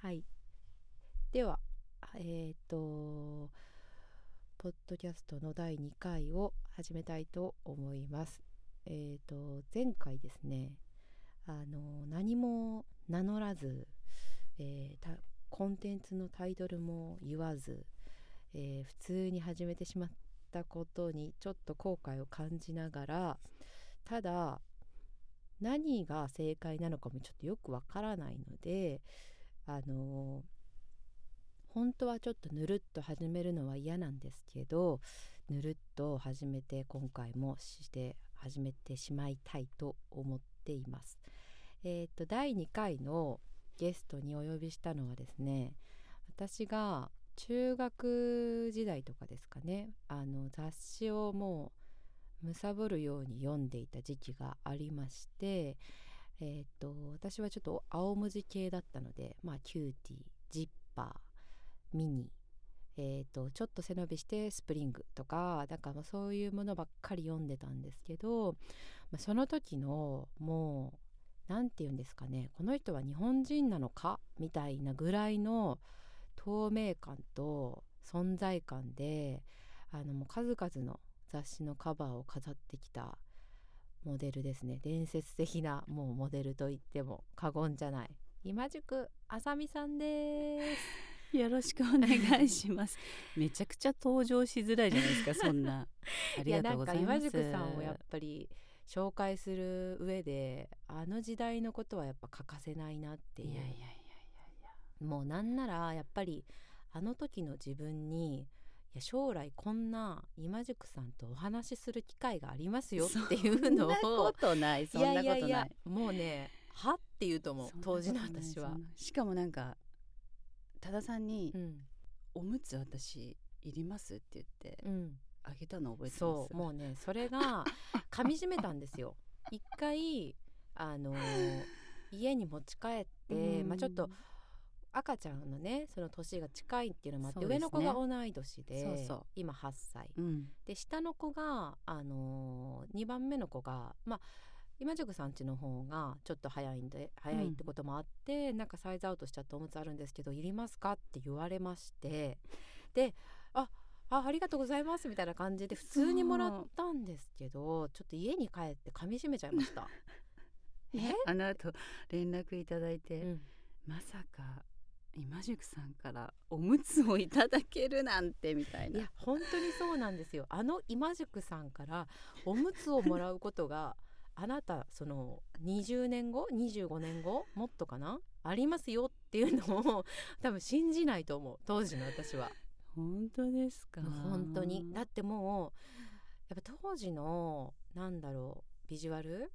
はい。では、えっ、と、ポッドキャストの第2回を始めたいと思います。えっ、と、前回ですね、あの、何も名乗らず、えーたコンテンツのタイトルも言わず、えー普通に始めてしまったことにちょっと後悔を感じながら、ただ、何が正解なのかもちょっとよくわからないので、あの本当はちょっとぬるっと始めるのは嫌なんですけどぬるっと始めて今回もして始めてしまいたいと思っています。えーっと第2回のゲストにお呼びしたのはですね私が中学時代とかですかねあの雑誌をもう貪るように読んでいた時期がありましてえーっと私はちょっと青文字系だったので、まあ、キューティージッパーミニ、えーっとちょっと背伸びしてスプリングとかなんかまあそういうものばっかり読んでたんですけど、まあ、その時のもう何て言うんですかねこの人は日本人なのかみたいなぐらいの透明感と存在感であのもう数々の雑誌のカバーを飾ってきたモデルですね伝説的なもうモデルと言っても過言じゃない今宿あさみさんですよろしくお願いします。 めちゃくちゃ登場しづらいじゃないですか、そんな。ありやながとうんごかざいます。今宿さんをやっぱり紹介する上であの時代のことはやっぱ欠かせないなっていういやいやいやいやもうなんならやっぱりあの時の自分にいや将来こんな今宿さんとお話しする機会がありますいよや。っていうのをそんなことない、そんなことない。やいやいやもうねはって言うと思うそんなこと当ない時の私はそん。なしかもなんか多田さんに、うんおむつ私いります?」って言ってうんあげたの覚えてまそす。うもうねそれ が噛み締めたんですよ一回あのー家に持ち帰って、うんまあ、ちょっと赤ちゃんのねその年が近いっていうのもあって、そうで上すねの子が同い年でそうそう今8歳うん、で下の子が、あの2番目の子がまあ今塾さんちの方がちょっと早いんで早いってこともあって、なんかサイズアウトしちゃったおむつあるんですけど「いりますか?」って言われましてで「ああありがとうございます」みたいな感じで普通にもらったんですけどちょっと家に帰って噛みしめちゃいま した。えあの後連絡いただいて、うんまさか今宿さんからおむつをいただけるなんてみたいいな。や本当にそうなんですよあの今宿さんからおむつをもらうことがあなたその20年後25年後もっとかなありますよっていうのを多分信じないと思う当時の私は本当ですか本当にだってもうやっぱ当時のなんだろうビジュアル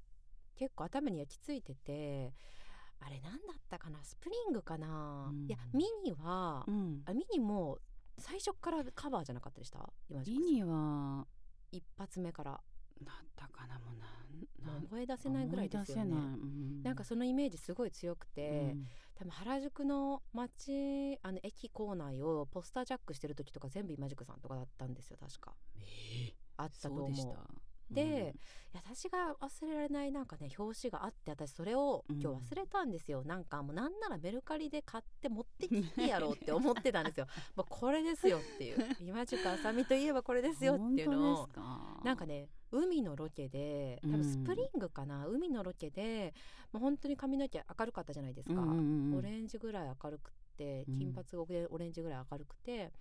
結構頭に焼き付いててあれ何だったかなスプリングかな、うんいやミニは、うんあミニも最初からカバーじゃなかったでした今宿さミんニは一発目からなったかなもうなんもうなん思い出せないぐらいですよね思い出せなないうんんかそのイメージすごい強くて、うん多分原宿の街あの駅構内をポスタージャックしてる時とか全部今宿さんとかだったんですよ確かえーあったとそう思うでしいたでや私が忘れられないなんかね表紙があって私それをう今ん日忘れたんですよ、なんかもうなんならメルカリで買って持ってきてやろうって思ってたんですよ もうこれですよっていう今宿あさみといえばこれですよっていうのを本当ですかなんかね海のロケで多う分んスプリングかな、海のロケでもう本当に髪の毛明るかったじゃないですか、うんうんうんオレンジぐらい明るくってうん金髪でオレンジぐらい明るくて、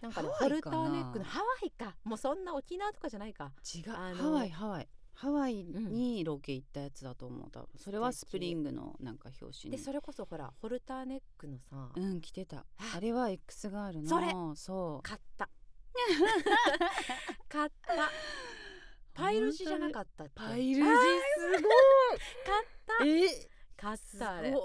なんかねハホワルイタかなーネックのハワイかもうそんな沖縄とかじゃないか違うあのハワイハワイハワイにロケ行ったやつだと思う多分それはスプリングのなんか表紙でにそれこそほらホルターネックのさ、うん着てたああれは X ガールそれのそう買った 買ったパイル地じゃなかったっけパイル地あ すご買ったいえ買っすたあれごい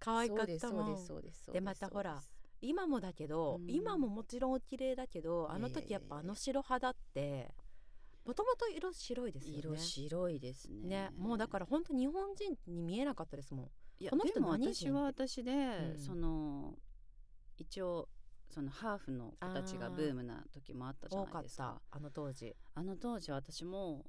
可愛かったもんそうですそうですそうですそうでまたほら今もだけど、うん今ももちろんお綺麗だけどあの時いややいやいやっぱあの白肌ってもともと色白いですよ色ね。白いですねね、もうだから本当日本人に見えなかったですもん。いやこの人でも何私人は私で、うんその一応そのハーフの子たちがブームな時もあったじゃ多なかいっですたかあの当時。あの当時私も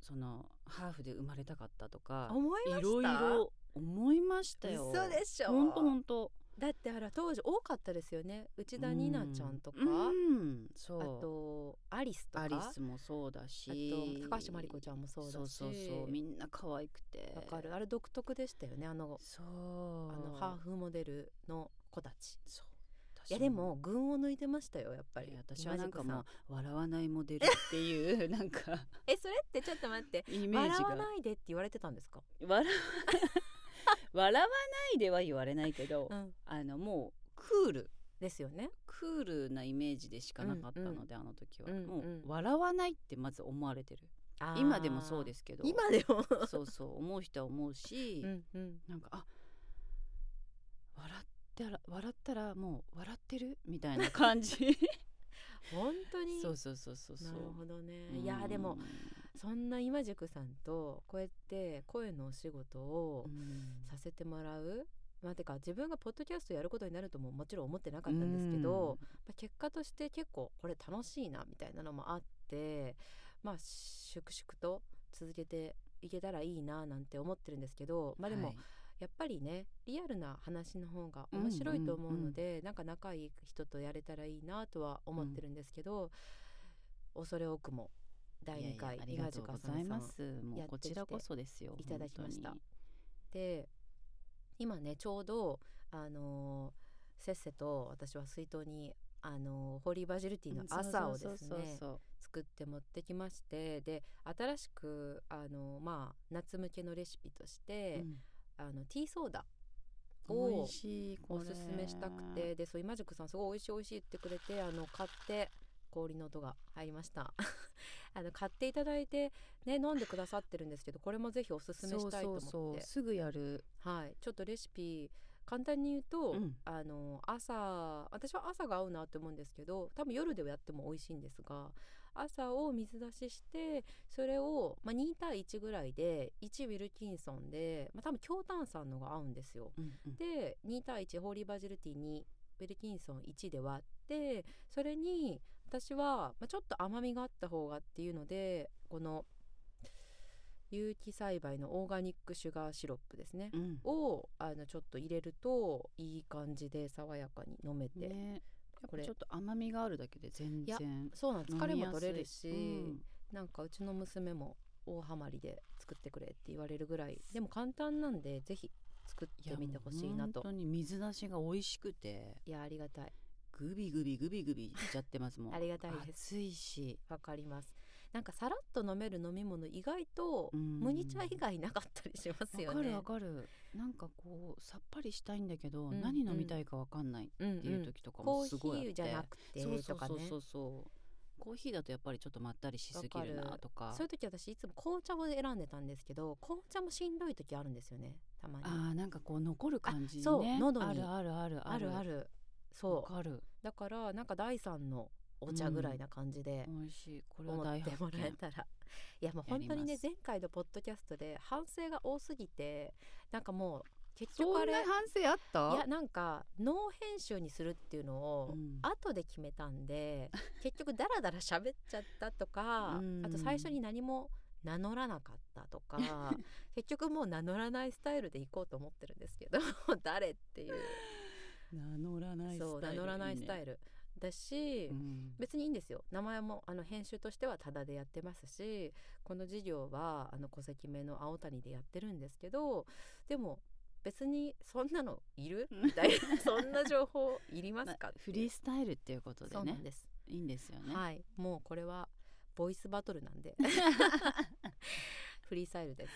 そのハーフで生まれたかったとか思いました。いろいろ思いましたよ嘘でしょほんとほんとだってあら当時多かったですよね内田ニナちゃんとか、うんそうあとアリスとかアリスもそうだしあと高橋真理子ちゃんもそうだしそうそうそうみんな可愛くてわかるあれ独特でしたよねあのそうあのハーフモデルの子たちそういやでも群を抜いてましたよやっぱいりや私はなんかマジックさもう笑わないモデルっていう な んかえそれってちょっと待ってイメー笑ジわがないでって言われてたんですか、笑わ 笑わないでは言われないけど、ん、あのもうクールですよねクールなイメージでしかなかったので、あの時は、うんうんもう笑わないってまず思われてる今でもそうですすけど今でもそうそう思う人は思うし、ん うんなんかあ笑ったら笑ったらもう笑ってるみたいな感じ本当に そうそうそうそうそうなるほどねいやでも、そんな今宿さんとこうやって声のお仕事をうんさせてもらう、まあてか自分がポッドキャストやることになるとももちろん思ってなかったんですけど、まあ、結果として結構これ楽しいなみたいなのもあってまあ粛々と続けていけたらいいななんて思ってるんですけどうんまあでも、はいやっぱりねリアルな話の方が面白いと思うので、なんか仲いい人とやれたらいいなとは思ってるんですけど、恐れ多くも第2回いやいやあ今りがとう塚ごさざいんさまんすもやうってこきてちらこそですよいただきました本で今ねちょうどあのーせっせと私は水筒にあのーホーリーバジルティ当ーにの朝をですね、そうそうそうそう作って持ってきましてで新しくあのーまあ夏向けのレシピとして、あのティーソーダ美を味しいおすすめしたくてでそう今宿さんすごい美味しい美味しいって言ってくれてあの買って氷の音が入りました あの買っていただいてね飲んでくださってるんですけどこれもぜひおすすめしたいと思ってすぐやる、はいちょっとレシピ簡単に言うと、あの朝私は朝が合うなって思うんですけど多分夜ではやっても美味しいんですが朝を水出ししてそれを、まあ、2対1ぐらいで1ウィルキンソンで、まあ、多分強炭酸のが合うんですよ。で2対1ホーリーバジルティーにウィルキンソン1で割ってそれに私は、まあ、ちょっと甘みがあった方がっていうのでこの有機栽培のオーガニックシュガーシロップですね、をあのちょっと入れるといい感じで爽やかに飲めて、ねこれちょっと甘みがあるだけで全いや然そうなん疲れも取れるし、飲みなんかうちの娘も大ハマりで作ってくれって言われるぐらいでも簡単なんでぜひ作っやすいてみてほしいなとやもう本当に水出しが美味しくていやありがたいグビグビグビグビいっちゃってますもん ありがたいです暑いし、わかりますなんかさらっと飲める飲み物意外とうん麦茶以外なかったりしますよわね、かるわかるなんかこうさっぱりしたいんだけど、ん何飲みたいかわかんないっうんうんていう時とかコもーヒすごいあって、ーじゃなくてそうそとうかそねうそうそうコーヒーだとやっぱりちょっとまったりしすぎるわかなるとかそういう時私いつも紅茶を選んでたんですけど紅茶もしんどい時あるんですよねたまにあーなんかこう残る感じねそう喉にあるあるあるあるあるるわそうかるだからなんか第三のお茶ぐらいな感じで美味しいこれ思はっ大て発もらえ見たらいやもう本当にやりねます前回のポッドキャストで反省が多すぎてなんかもう結そん局あれな反省あったいやなんかノー編集にするっていうのをうん後で決めたん で結局ダラダラ喋っちゃったとかうんあと最初に何も名乗らなかったと か結局もう名乗らないスタイルで行こうと思ってるんですけど 誰っていう名乗らないスタイルそう名乗らないスタルイルだし、うん別にいいんですよ名前もあの編集としてはタダでやってますしこの事業はあの戸籍名の青谷でやってるんですけどでも別にそんなのいるみたいな そんな情報いりますかまあっていうフリースタイルっていうことでそうなねんです、いいんですよねはいもうこれはボイスバトル なんでフリースタイルです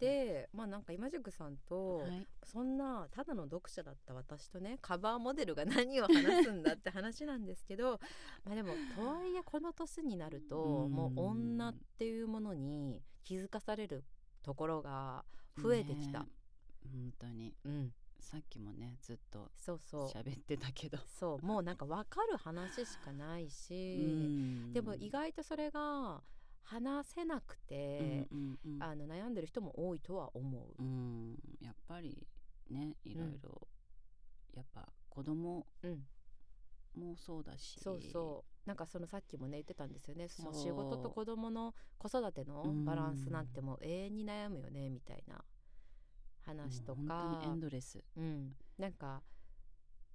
でまあなんか今宿さんと、はいそんなただの読者だった私とねカバーモデルが何を話すんだって話なんですけ どまあでもとはいえこの年になるとうんもう女っていうものに気づかされるところが増えてきた、ねえ本当にうんさっきもねずっとそうそう喋ってたけどそうもうなんか分かる話しかないし、ででも意外とそれが話せなくて、あの悩んでる人も多いとは思う。うんやっぱりねいろいろ、やっぱ子供うんもそうだしそうそうなんかそのさっきもね言ってたんですよねそのそう仕事と子供の子育てのバランスなんてもう永遠に悩むよねみたいな話ともう本当にエかン、ドレスうん、なんか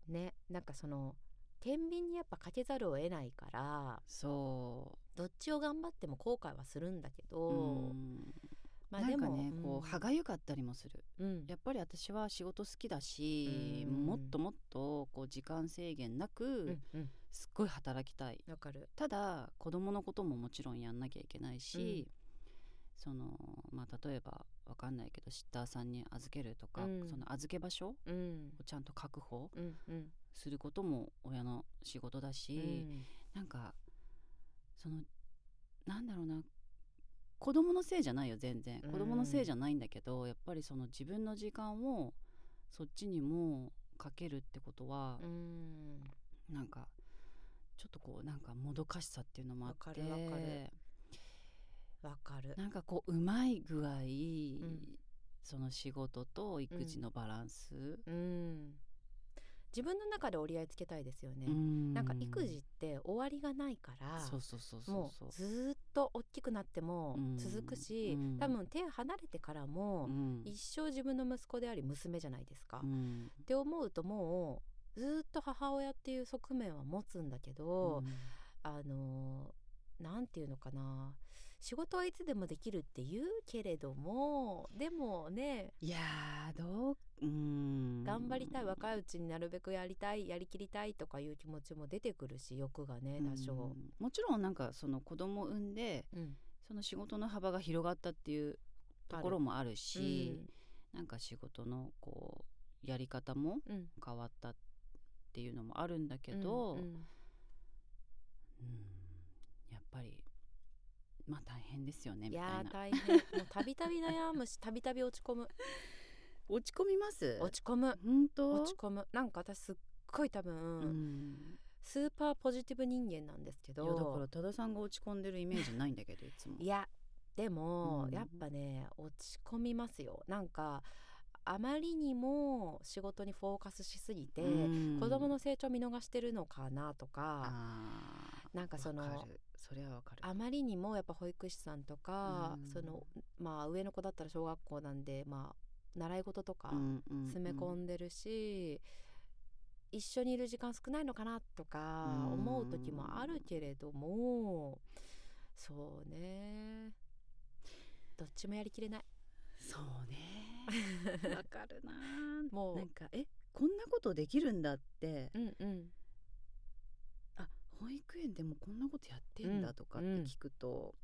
ねなんかその天秤にやっぱかけざるを得ないからそどっちを頑張っても後悔はするんだけう、うど、ん、まあなでんかもね、こう歯がゆかったりもするうんやっぱり私は仕事好きだし、うんもっともっとこう時間制限なく、うんうんすっごい働きたいわかるただ子供のことももちろんやんなきゃいけないし、そのまあ例えばわかんないけどシッターさんに預けるとか、うんその預け場所をうんちゃんと確保うんうんすることも親の仕事だうし、んなんかそのなんだろうな子供のせいじゃないよ全然うん子供のせいじゃないんだけど、やっぱりその自分の時間をそっちにもかけるってことは、うんなんかちょっとこうなんかもどかしさっていうのもあってわかるわかるわかるなんかこううまい具合、んその仕事と育児のバランス、うん自分の中で折り合いつけたいですよね、うんなんか育児って終わりがないからそうそうそうそもうそううずーっと大きくなってもうん続くし、うん多分手離れてからも、うん一生自分の息子であり娘じゃないですか。うっんて思うともうずーっと母親っていう側面は持つんだけど、うんあのーなんていうのかな仕事はいつでもできるって言うけれどもでもねいやーどう、うん、頑張りたい若いうちになるべくやりたいやりきりたいとかいう気持ちも出てくるし欲がね多少。うんもちろんなんかその子供産んでうんその仕事の幅が広がったっていうところもあるし、なんか仕事のこうやり方もうんうん変わったっていうのもあるんだけど、うんうんうんやっぱりまあ大変ですよねいみたいやーな大変もうたびたび悩むしたびたび落ち込 む落ち込みます落ち込む本当落ち込むなんか私すっごい多分、うんスーパーポジティブ人間なんですけいやだかどら多田さんが落ち込んでるイメージないんだけどいつもいやでも、うんやっぱね落ち込みますよなんかあまりにも仕事にフォーカスしすぎて、うん子供の成長見逃してるのかなとかあなんかーそわかのるそれはわかるあまりにもやっぱ保育士さんとか、うんそのまあ上の子だったら小学校なんでまあ習い事とか、詰め込でんでるし、一緒にいる時間少ないのかなとかうん思う時もあるけれども、そうねどっちもやりきれない そうねわかるな ーもうなんかえこんなことできるんだってうんうんあ保育園でもこんなことやってんうだんとかって聞くと、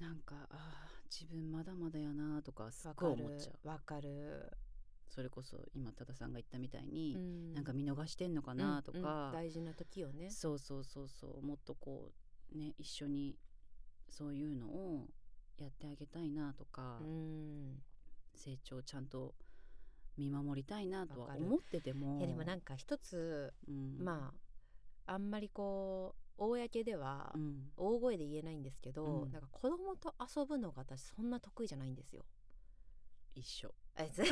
なんかあー自分まだまだやなとかすっわかごいる思っちゃうわかる、それこそ今多田さんが言ったみたいに、うんなんか見逃してんのかなとうんうんか、大事な時をねそうそうそうそうもっとこうね一緒にそういうのをやってあげたいなとか、うん成長ちゃんと見守りたいなとわはかる思っててもいやでもなんか、んか一つ、うんまああんまりこう公では、うん大声で言えないんですけど、うんなんか子供と遊ぶのが私そんな得意じゃないんですよ。一緒あ いつい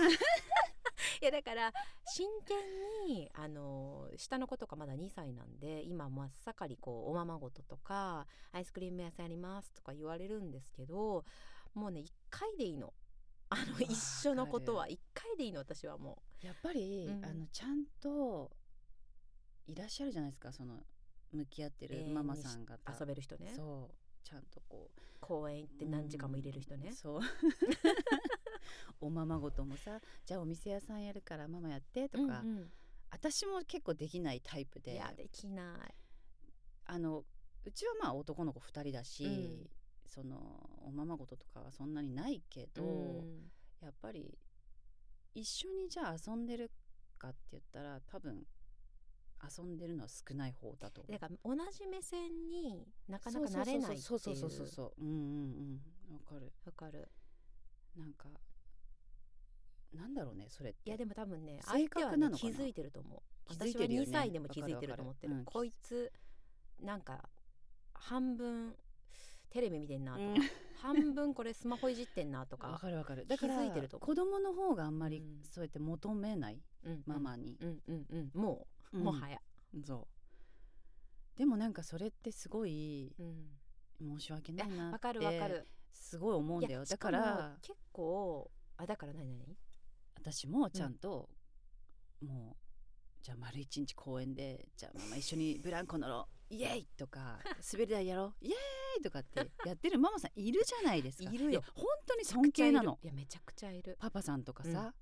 やだから真剣にあの下の子とかまだ2歳なんで今真っ盛りこうおままごととかアイスクリーム屋さんやりますとか言われるんですけどもうね1回でいいのあのわ一緒のことは1回でいいの私はもやっぱり、うんあのちゃんといらっしゃるじゃないですかその向き合って永る遠にママさん方う遊べる人ねそうちゃんとこう公園行って何時間も入れる人うねん そうおままごともさじゃあお店屋さんやるからママやってととか、か、うん私も結構できないタイプうんいでやできないあのうちはまあ男の子2人だし、うんそのおままごととかはそんなにないけど、うんやっぱり一緒にじゃあ遊んでるかって言ったら多分遊んでるのは少ない方だと思うだから同じ目線になかなか慣れないっていうそうそうそうそうそうそううんうんうんわかるわかるなんかなんだろうねそれっていやでも多分ね性相手格は、なねの、か気なづいてると思う気づいてるよね私は2歳でも気づいてると思ってる、わかるわかこるうんいつなんか半分テレビ見てんなとか、半分これスマホいじってんなとわ、か、かるわかるだから気づいてると思う子供の方があんまうりんそうやって求めない、うんうん、ママに、うんうんうんもう、うんもはや、そうでもなんかそれってすごいうん、申し訳いなやいなってわかるわかるすごい思うんだいよやだからしも結構あだから何何私もちゃんと、もうじゃあ丸一日公園でじゃあママ一緒にブランコ乗ろ うイエイとか滑り台やろうイエーイとかってやってるママさんいるじゃないですかいるよや本当に尊敬なのいやめちゃくちゃいるパパさんとかさ、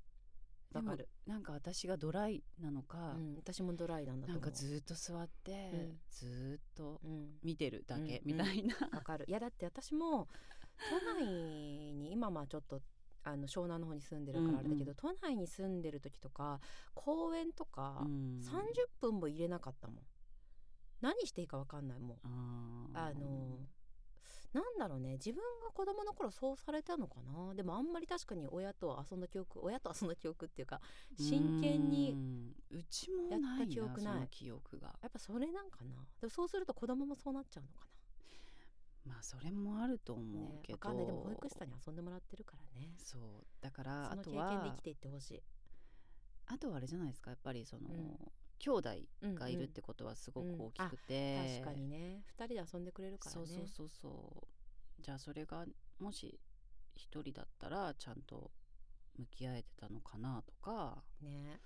わかる、なんか私がドライなのか、うん、私もドライなんだとなん思うかずっと座って、んずっとうん見てるだけうんみたいな、わかるいやだって私も都内に今まあちょっとあの湘南の方に住んでるからあれだけど、うんうん都内に住んでる時とか公園とか、うん30分も入れなかったもん何していいかわかんないもうああーのなんだろうね自分が子供の頃そうされたのかなでもあんまり確かに親とは遊んだ記憶親と遊んだ記憶っていうか真剣にうんうちもやったないな記憶ないその記憶がやっぱそれなんかなでもそうすると子供もそうなっちゃうのかまあそれもあるとな、思ねうけわど、かんないでも保育士さんに遊んでもらってるからねそうだかそらあのと経験では生きていってほしいあとはあれじゃないですかやっぱりその、うん兄弟うんがいるってことはすごうんく大きくて、確かにね2人で遊んでくれるからねそうそうそうそうじゃあそれがもし一人だったらちゃんと向き合えてたのかなとかね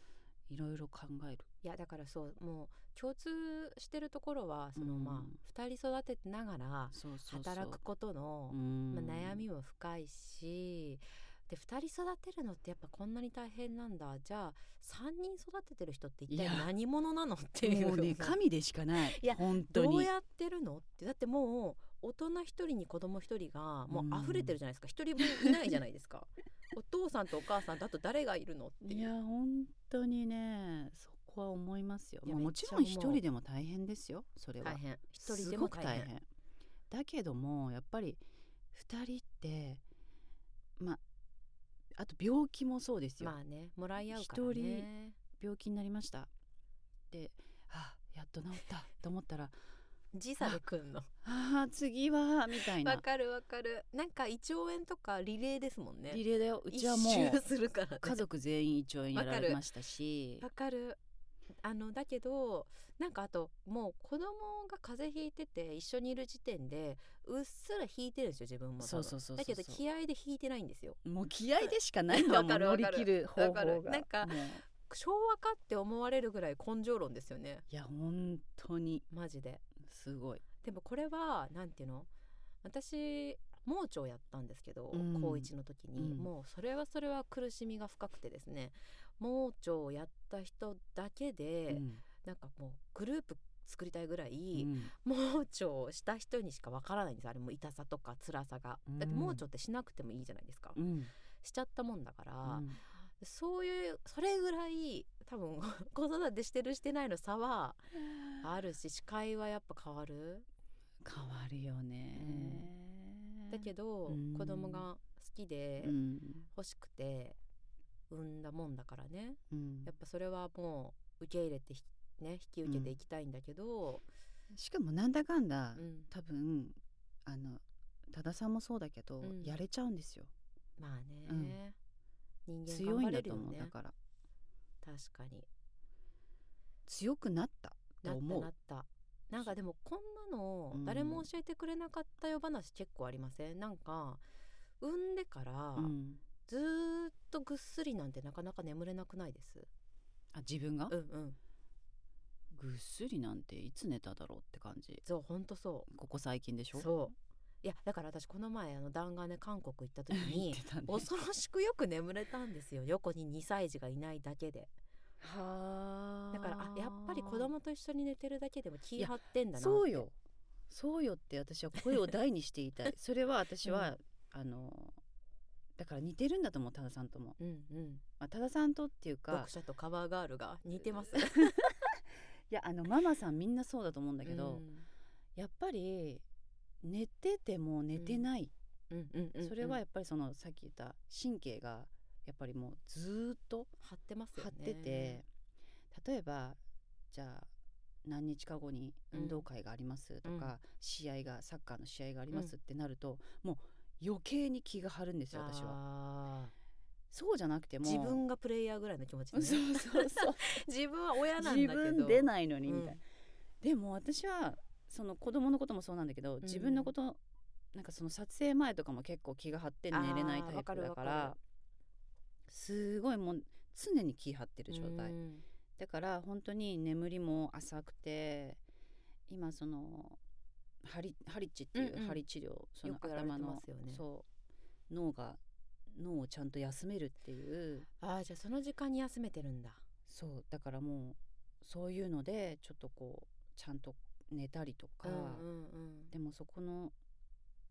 いろいろ考えるいやだからそうもう共通してるところはその、うんまあ2人育ててながらそうそうそう働くことのうんまあ、悩みも深いしで2人育てるのってやっぱこんなに大変なんだじゃあ3人育ててる人って一い体や何者なのっていうもう ね神でしかないいや本当にどうやってるのってだってもう大人一人に子供一人がもう溢れてるじゃないですか一、人分いないじゃないです かお父さんとお母さんとあと誰がいるのっていいうや本当にねそこは思いますよいやもうめっもちちゃろん思う一人でも大変ですよそれは大変一人すでごもく大変だけどもやっぱり二人ってまああと病気もそうですよ、まあねもらい合うからね一人病気になりましたで、はあ、やっと治ったと思ったら時差で来んの「ああ次は」みたいわなかるわかるなんか胃腸炎とかリレーですもんねリレーだよう一ちはも周うするから、ね、家族全員一応やられましたしわかるあのだけどなんかあともう子供が風邪ひいてて一緒にいる時点でうっすら引いてるんですよ自分も多分そうそうそうそうだけど気合で引いてないんですよもう気合でしかないんだわもかんる乗わりかる切る方法がわかるなんかもう昭和かって思われるぐらい根性論ですよねいや本当にマジですごいでもこれはなんていうの私盲腸やったんですけど、うん高1の時に、うんもうそれはそれは苦しみが深くてですね盲腸をやった人だけで、うんなんかもうグループ作りたいぐらい、うん盲腸をした人にしかわからないんですあれも痛さとか辛さがだってうん盲腸ってしなくてもいいじゃないですか、うんしちゃったもんだから、うんそういうそれぐらい多分 子育てしてるしてないの差はあるし視界はやっぱ変わる、変わるよね、だけど、うん子供が好きでうん欲しくて産んだもんだからねうんやっぱそれはもう受け入れてひね、引き受けていきたいんだけど、しかもなんだかんだ、うん多分あの多田さんもそうだけど、うんやれちゃうんですよまあね、人間強頑い張んれだるとよ思う、ねだから確かに強くなったなとった思うなったなんかでもこんなのうん誰も教えてくれなかったよ話結構ありません、なんか産んでからうん、ずーっとぐっすりなんてなかなか眠れなくないですあ自分がうんうんぐっすりなんていつ寝ただろうって感じそうほんとそここ最近でしょうそういやだから私この前あの弾丸で韓国行った時 言っにてたね恐ろしくよく眠れたんですよ横に2歳児がいないだけではだからあやっぱり子供と一緒に寝てるだけでも気張ってんだなそうよそうよって私は声を大にして言 いたいそれは私は、あのだから似てるんだと思う多田さんとも、うんうんまあ、多田さんとっていうか読者とカバーガールが似てますいやあのママさんみんなそうだと思うんだけど、うんやっぱり寝てても寝てない、うんうんうんうんそれはやっぱりそのさっき言った神経がやっぱりもうずーっと張ってますよ張ねってて、例えばじゃあ何日か後に運動会がありますとか、うん試合がサッカーの試合がありますってなると、もう余計に気が張るんですよ私は。はそうじゃなくても自分がプレイヤーぐらいの気持ちそうで、ね、 そ うそう自分は親なんだけど自分出いないのにみたいな。でも私はその子供のこともそうなんだけど、自分のことなんかその撮影前とかも結構気が張って寝れないタイプだからあーわかるわかすごいもう常に気張ってる状態、うんだから本当に眠りも浅くて今そのハリハリッチっていうんううんハリ治療、そのよくやられて頭のま、すよねそう脳が脳をちゃんと休めるっていうああじゃあその時間に休めてるんだそうだからもうそういうのでちょっとこうちゃんと寝たりとか、うんうんでもそこの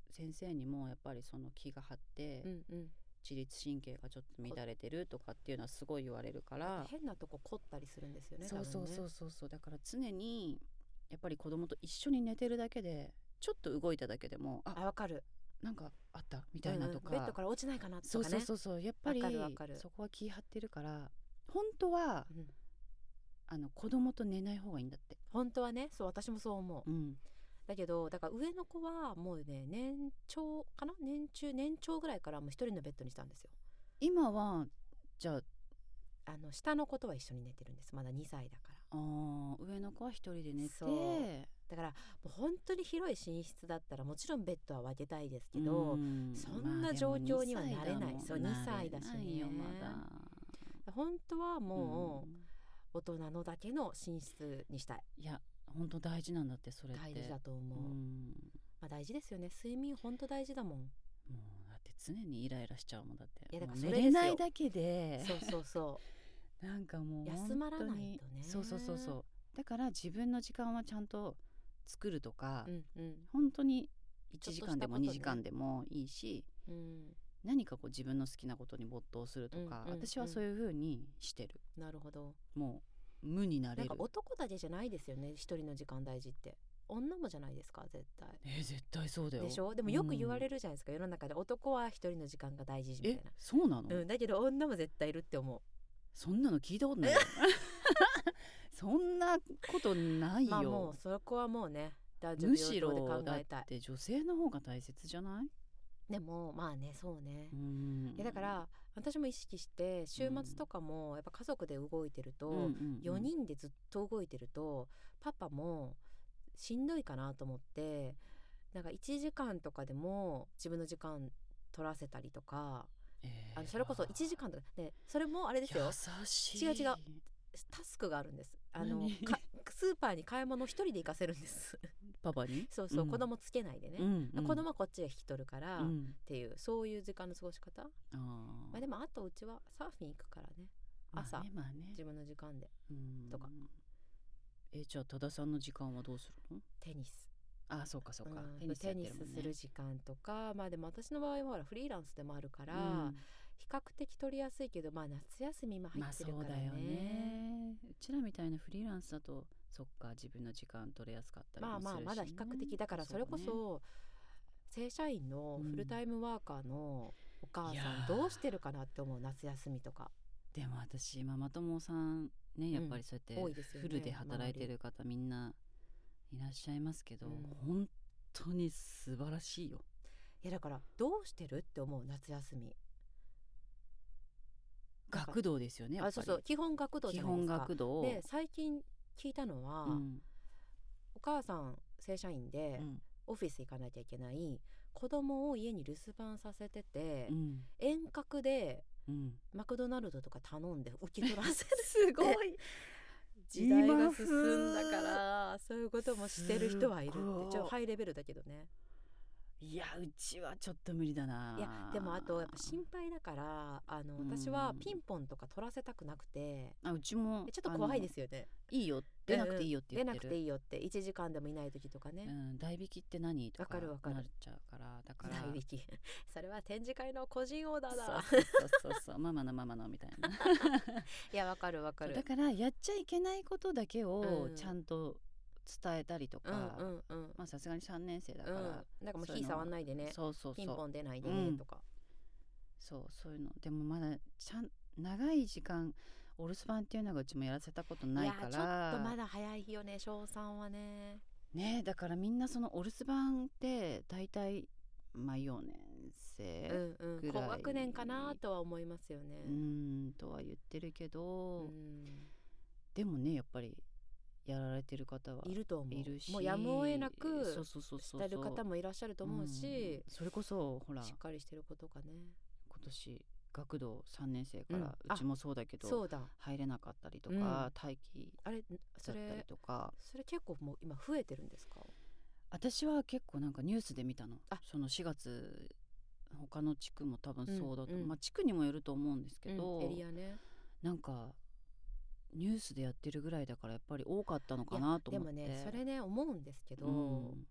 先生にもやっぱりその気が張って、うんうん自律神経がちょっと乱れてるとかっていうのはすごい言われるから、変なとこ凝ったりするんですよねそうそうそううそうそうだから常にやっぱり子供と一緒に寝てるだけでちょっと動いただけでもああわかるなんかあったみたいなとか,、うんうんベッドから落ちないかなとかねそうそうそうそうやっぱりわかるわかるそこは気張ってるから本当はうんあの子供と寝ない方がいいんだって、本当はねそう私もそう思う、うん、だけどだから上の子はもうね年長かな年中年長ぐらいからもう一人のベッドにしたんですよ今はじゃああの下の子とは一緒に寝てるんですまだ2歳だからあー上の子は一人で寝てそうだからもう本当に広い寝室だったらもちろんベッドは分けたいですけうど、んそんな状況にはなれないまあでもそう二二歳歳だだしもねんなれないよまだ本当はもうんう大人のだけの寝室にしたいいや本当大事なんだってそれって大事だと思うう、んまあ大事ですよね睡眠本当大事だもんもうだって常にイライラしちゃうもんだっていやだからもそう寝れれですよないだけでそうそうそなんかもう休まらないとね本当にそうそうそうそうだから自分の時間はちゃんと作るとか、 ううんうん本当にちょ1っとし時た間でもことね2時間でもいいしうん何かこう自分の好きなことに没頭するとか、うんうんうん私はそういうふうにしてるなるほどもう無にななんれるか男だけじゃないですよね一人の時間大事って女もじゃないですか絶対えー絶対そうだよでしょでもよく言われる、るじゃないですか、世の中で男は一人の時間が大事みたえいなそうなの、うん、だけど女も絶対いるって思そんなの聞い たことないよそんなことなういよ、まあもうそこはもうね男女むし平等でろ考だっえたいて女性の方が大切じゃない、でもまあねそうね、うんいやだから私も意識して週末とかもやっぱ家族で動いてるうんうんと、うん四4人でずっと動いてるとパパもしんどいかなと思ってなんか1時間とかでも自分の時間取らせたりとかえーあのそれこそ1時間とかねそれもあれですよ優しい違う違うタスクがあるんですあの何かスーパーに買い物一人で行かせるんです パパにそうそう、ん子供つけないでね、うんうん子供はこっちが引き取るから、うっんていうそういう時間の過ごし方あーまあでもあとうちはサーフィン行くからねまあ朝ねまあね自分の時間でうんとかえじゃあ多田さんの時間はどうするのテニスあそうかそうか、うんやテってニるもんスねする時間とかまあでも私の場合はほらフリーランスでもあるから、うん比較的取りやすいけどまあ夏休みも入まあってそうるからだよね。ねうちらみたいなフリーランスだとそっか自分の時間取れやすかったりまあもするし、ね、まあまだ比較的だからそれこうねそ正社員のフルタイムワーカーのお母いやさんーどうしてるかなって思う夏休みとかでも私ママ友さんねやっぱりそうや多っいてですよねフルで働いてる方みんないらっしゃいますけど、うん本当に素晴らしいよいやだからどうしてるって思う夏休みなんか学童ですよねやっぱありそうそう基本学童じ基ゃないです本か学童で最近聞いたのは、うんお母さん正社員うでんオフィス行かなきゃいけない子供を家に留守番させてて、うん遠隔でうんマクドナルドとか頼んで受け取らせる すごい時代が進んだからそういうこともしてる人はいるっすごいてちょっとハイレベルだけどねいやうちはちょっと無理だないいやでもあとやっぱ心配だからあのうん私はピンポンとか取らせたくなくてあうちもちょっと怖いすですよねいいよ出なくていいよって言出ってる、なくていいよって1時間でもいない時とかね、うん、代引きって何とかわかるわかるなっちゃうからだから代引 きそれは展示会の個人オーダーだそうそうそうそう ママのママのみたいないやわかるわかそうるだからやっちゃいけないことだけをうんちゃんと伝えたりとうか、んうんうんまあさすがに3年生だうかんら、なんかもうそういう火の触んないでねそうそうピンそポうン出ないでうねんとか、そうそういうのでもまだちゃん長い時間お留守番っていうのがうちもやらせたことないからやちょっとまだ早いよね翔さんはねねだからみんなそのお留守番って大体まあ4年生、うんうんぐ高らい学年かなとは思いますよねうーんとは言ってるけど、うんでもねやっぱりやられてる方はいると思ういるしもうやむを得なくそうそうそうしそうてる方ももいらっしゃると思うし、それこそほらしっ今かりしてることかね年学童3年生かうんらうあちもそうだけど、そうだ入れなかったりとうんか、待機あれだそったりれとかそれ結構もう今増えてるんですか私は結構なんかニュースで見たのあその4月他の地区も多分そうだと、うんうんまあ地区にもよると思うんですけど、うんエリアねなんかニュースでやってるぐらいだからやっぱり多かったのかなとで思っもてねそれね思うんですけど、うん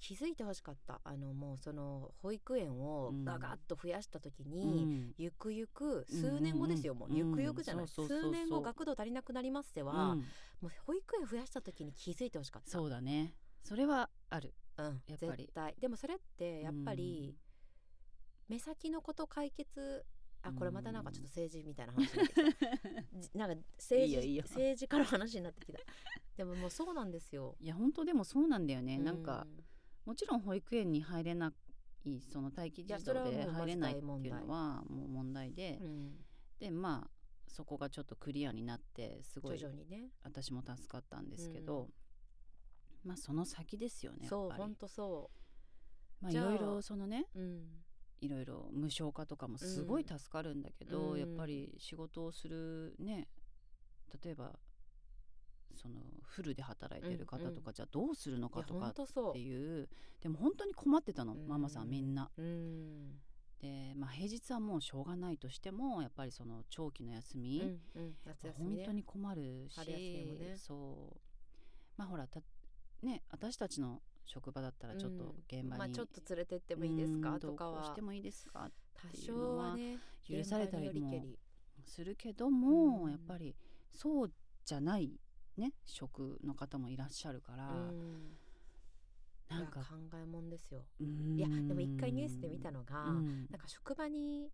気づいてほしかったあのもうその保育園をうんガガッと増やした時に、うんゆくゆくうんうん数年後ですよ、もうゆくゆくじゃない、うんそうそうそ数うそう年後学童足りなくなりますでは、うんもう保育園増やした時に気づいてほしかったそうだねそれはあるうん、やっぱり絶対でもそれってやっぱり、目先のこと解決あこれまたなんかちょっと政治みたいな話になってきたじ なんか政治いいよいいよ政治から話になってきたでももうそうなんですよ、いや本当でもそうなんだよね、なんかうもちろん保育園に入れないその待機児童いやそれではもう入れないっていうのはもう問題で、うんでまあそこがちょっとクリアになってすご徐い々にね私も助かったんですけど、まあその先ですよねそうやっぱ本り、当そまあ、いじゃあろいろそのねううんいろいろ無償化とかもすごい助かるんだけど、うんやっぱり仕事をするね例えばそのフルで働いてる方とうんかじゃあどうするのいかやとか本っ当そていうでも本当に困ってたの、うんママさんみんな。ううんで、まあ、平日はもうしょうがないとしてもやっぱりその長期の休うみ、んうん夏休み本ね当に困るし、春休みもねそうまあほらたね私たちの職場だったらちょっうんと現場に、まあ、ちょっと連れてってもいいですうかんとか同行はしてもいいです多かっていうの少ははね許されたり現場によもけりするけども、うんやっぱりそうじゃないね職の方もいらっしゃるから、うんいなんやか考えもんですよいいやでも一回ニュースで見たののが、うんなんか職場に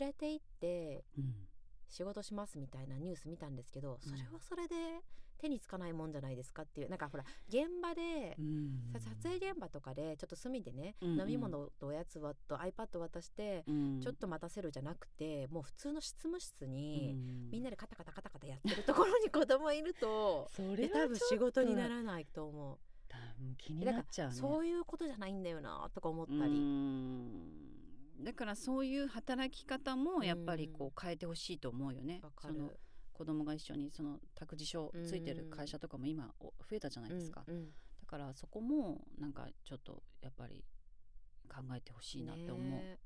連れて行ってうん仕事しますみたいなニュース見たんですけどうんそれはそれで手につかないもんじゃないですかっていうなんかほら現場で、うんさ撮影現場とかでちょっと隅でね、うんうん飲み物とおやつはと iPad 渡して、うんちょっと待たせるじゃなくてもう普通の執務室うに、んみんなでカタカタカタカタやってるところに子供いると そいれや多分仕事になるらないと思う。気になっちゃうねそういうことじゃないんだよなとか思ったうり、んだからそういう働き方もやっぱりこう変えてほしいと思うよね。わかそるの子供が一緒にその託児所ついてる会社とかも今お増えたじゃないですか。うんうんだからそこもなんかちょっとやっぱり考えてほしいなって思う。ね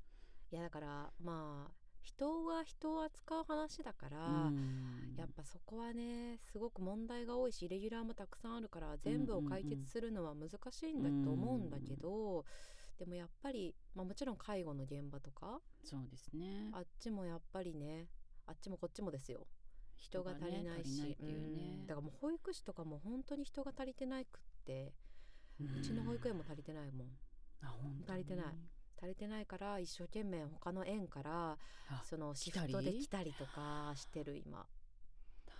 えいやだからまあ人が人を扱う話だから、うんやっぱそこはねすごく問題が多いしイレギュラーもたくさんあるから全部を解決するのは難しいんだと思うんだけど、でもやっぱり、まあ、もちろん介護の現場とかそうですねあ。っちもやっぱりねあっちもこっちもですよ人がね足りない足りしっていううんね。だからもう保育士とかも本当に人が足りてなくってうんうちの保育園も足りてないもんあ本当に足りてない足りてないから一生懸命他の園からあそのシ来たフりトで来たりとかしてる今大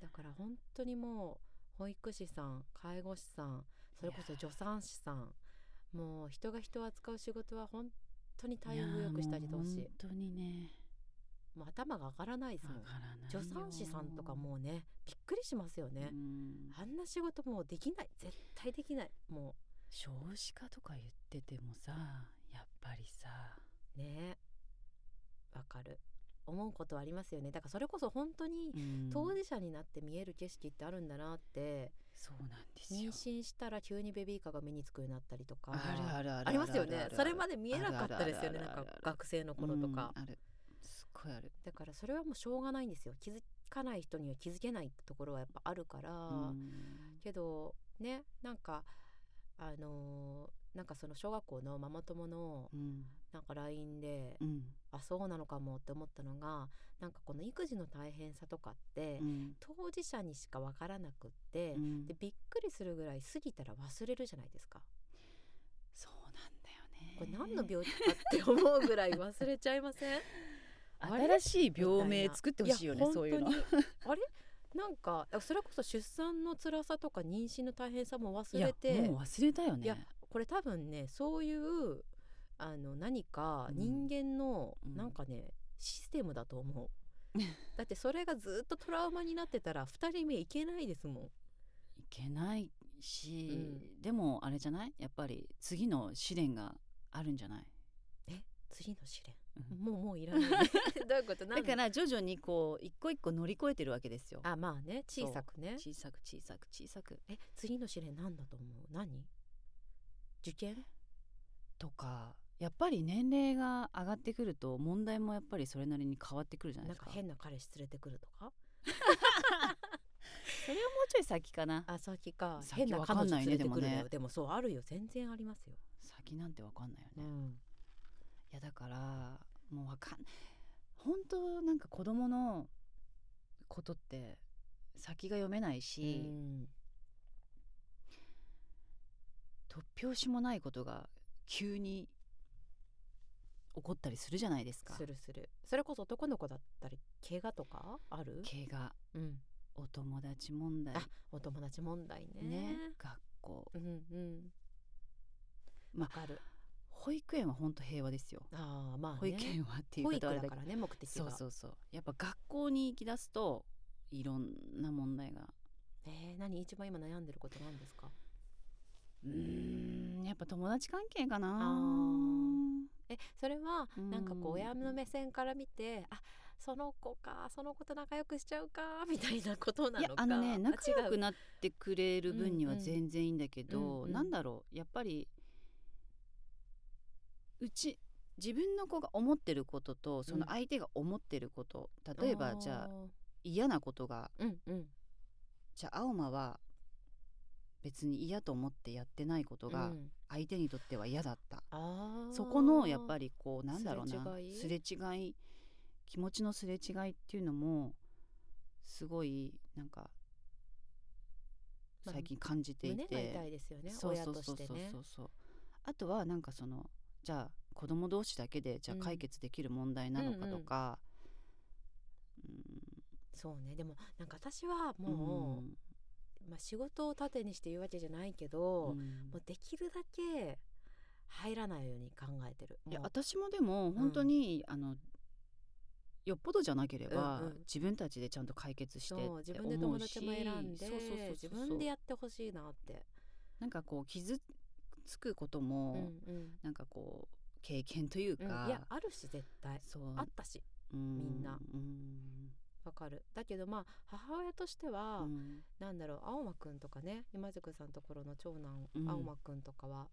だから本当にもう保育士さん介護士さんそれこそ助産師さんもう人が人を扱う仕事は本当に待変遇を良くしてあげてほしいいやーもう本当にね。もう頭が上がらないですわもんからないよ助産師さんとかもうねびっくりしますよねう、んあんな仕事もうできない絶対できないも少子化とか言っててもさやっぱりさうねわかる思うことはありますよねだからそれこそ本当に当事者になって見える景色ってあるんだなって、そうなんです妊よ娠したら急にベビーカーが目につくようになったりとかあるあるあるありますよねそれまでで見えなかったですよねなあるんあるあるあるか学生の頃とか、あるすっごいあるだからそれはもうしょうがないんですよ気づかない人には気づけないところはやっぱあるから、うんけどねなんかあのーなんかその小学校のママ友のうんなんか LINE で、うんあそうなのかもって思ったのがなんかこの育児の大変さとかって、うん当事者にしかわからなくって、うんでびっくりするぐらい過ぎたら忘れるじゃないですか。そうこなんだよねれ何の病気かって思うぐらい忘れちゃいませんあれ新しい病名作ってほしいよねやそういうの本当にあれ なんかそれこそ出産の辛さとか妊娠の大変さも忘いやれてもう忘れたよねいやこれ多分ねそういうあの何か人間のうんなんかね、システムだと 思うだってそれがずっとトラウマになってたら2人目いけないですもんいけないし、うでもあれじゃないやっぱり次の試練があるんじゃない次の試練うんもうもう いらないどういうことなだんから徐々にこう一個一個乗り越えてるわけですよあまあねそう小さくね小さく小さく小さくえ次の試練なんだと思う何受験とかやっぱり年齢が上がってくると問題もやっぱりそれなりに変わってくるじゃないなんですかか変な彼氏連れてくるとかそれをもうちょい先かなあ先か先変な彼女連れてわかくんるないのねでもねよでもそうあるよ全然ありますよ、先なんてわかんないよね、いん、やだからもうわかん本当なんか子供のことって先が読めないし、突拍子もないことが急に起こったりするじゃないですかするするそれこそ男の子だったり怪我とかある、怪我うん、お友達問題あお友達問題ねね学校うんうんまわかる保育園は本当平和ですよああまあ、ね、保育園はっていう保言い育方はあれだだけかどらね目的そがうそうそうやっぱ学校に行き出すといろんな問題がえー、何一番今悩んでることなんですかうーんやっぱ友達関係かなあえそれはうんなんかこう親の目線から見てあその子かその子と仲良くしちゃうかみたいなことないやのかあのね仲良くななってくれる分にはうんうん全然いいんだけど、うんうんなんだろうやっぱりうち自分の子が思ってることとそのうん相手が思ってること、例えばじゃあ嫌なことがうんうんじゃあ青間は別に嫌と思ってやってないことうがん相手にとっては嫌だった、あそこのやっぱりりこうなんだろうなすすれれ違い気持ちのすれ違いっていうのもすごいなんかまあ最近感じてい胸がて痛、いですよねそう親そうとそしうそてうねそうそうあとはなんかそのじゃあ子供同士だけでじゃうんあ解決できる問題なのかとか、そうねでもなんか私はうんもう、まあ、仕事を盾にして言うわけじゃないけど、うんもうできるだけ入らないように考えてるいやもう私もでも本当に、あのよっぽどじゃなければ、うんうん自分たちでちゃんと解決してってそ思ううし自分で友達も選んでそうそうそうそう自分でやってほしいなって、なんかこう傷つくことうも、んうんなんかこう経験といううんか、いやあるし絶対そうあったしみんなうんわかるだけどまあ母親としては、うんなんだろう青間くんとかね今宿さんところの長男、うん青間くんとかは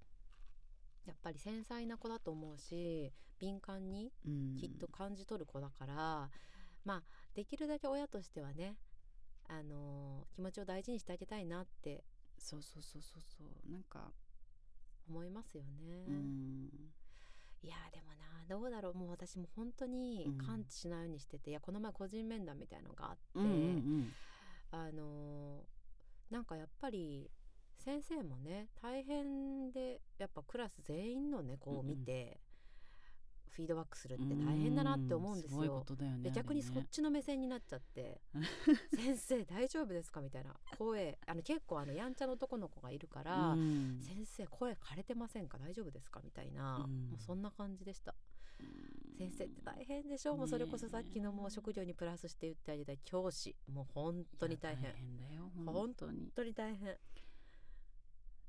やっぱり繊細な子だと思うし敏感にうんきっと感じ取る子だから、まあできるだけ親としてはねあのー気持ちを大事にしてあげたいなってそうそうそうそうそうなんか、思いますよね。うんいやーでもなどうだろうもう私も本当にうん完治しないようにしてて、いやこの前個人面談みたいのがあって、うんうんあのーなんかやっぱり先生もね大変でやっぱクラス全員のねこを見て、フィードバックするっうんて大変だなって思うんですよ。すごいことだよねで逆にそあれっねちの目線になっちゃって 「先生大丈夫ですか?」みたいな声あの結構あのやんちゃの男の子がいるから「うん先生声枯れてませんか大丈夫ですか?」みたいな、うんもうそんな感じでした。先生って大変でしょ、もうそれこそさっきのもう職業にプラスして言ってあげたい教師もう本当に大いや変大変だよ本本当に本当に大変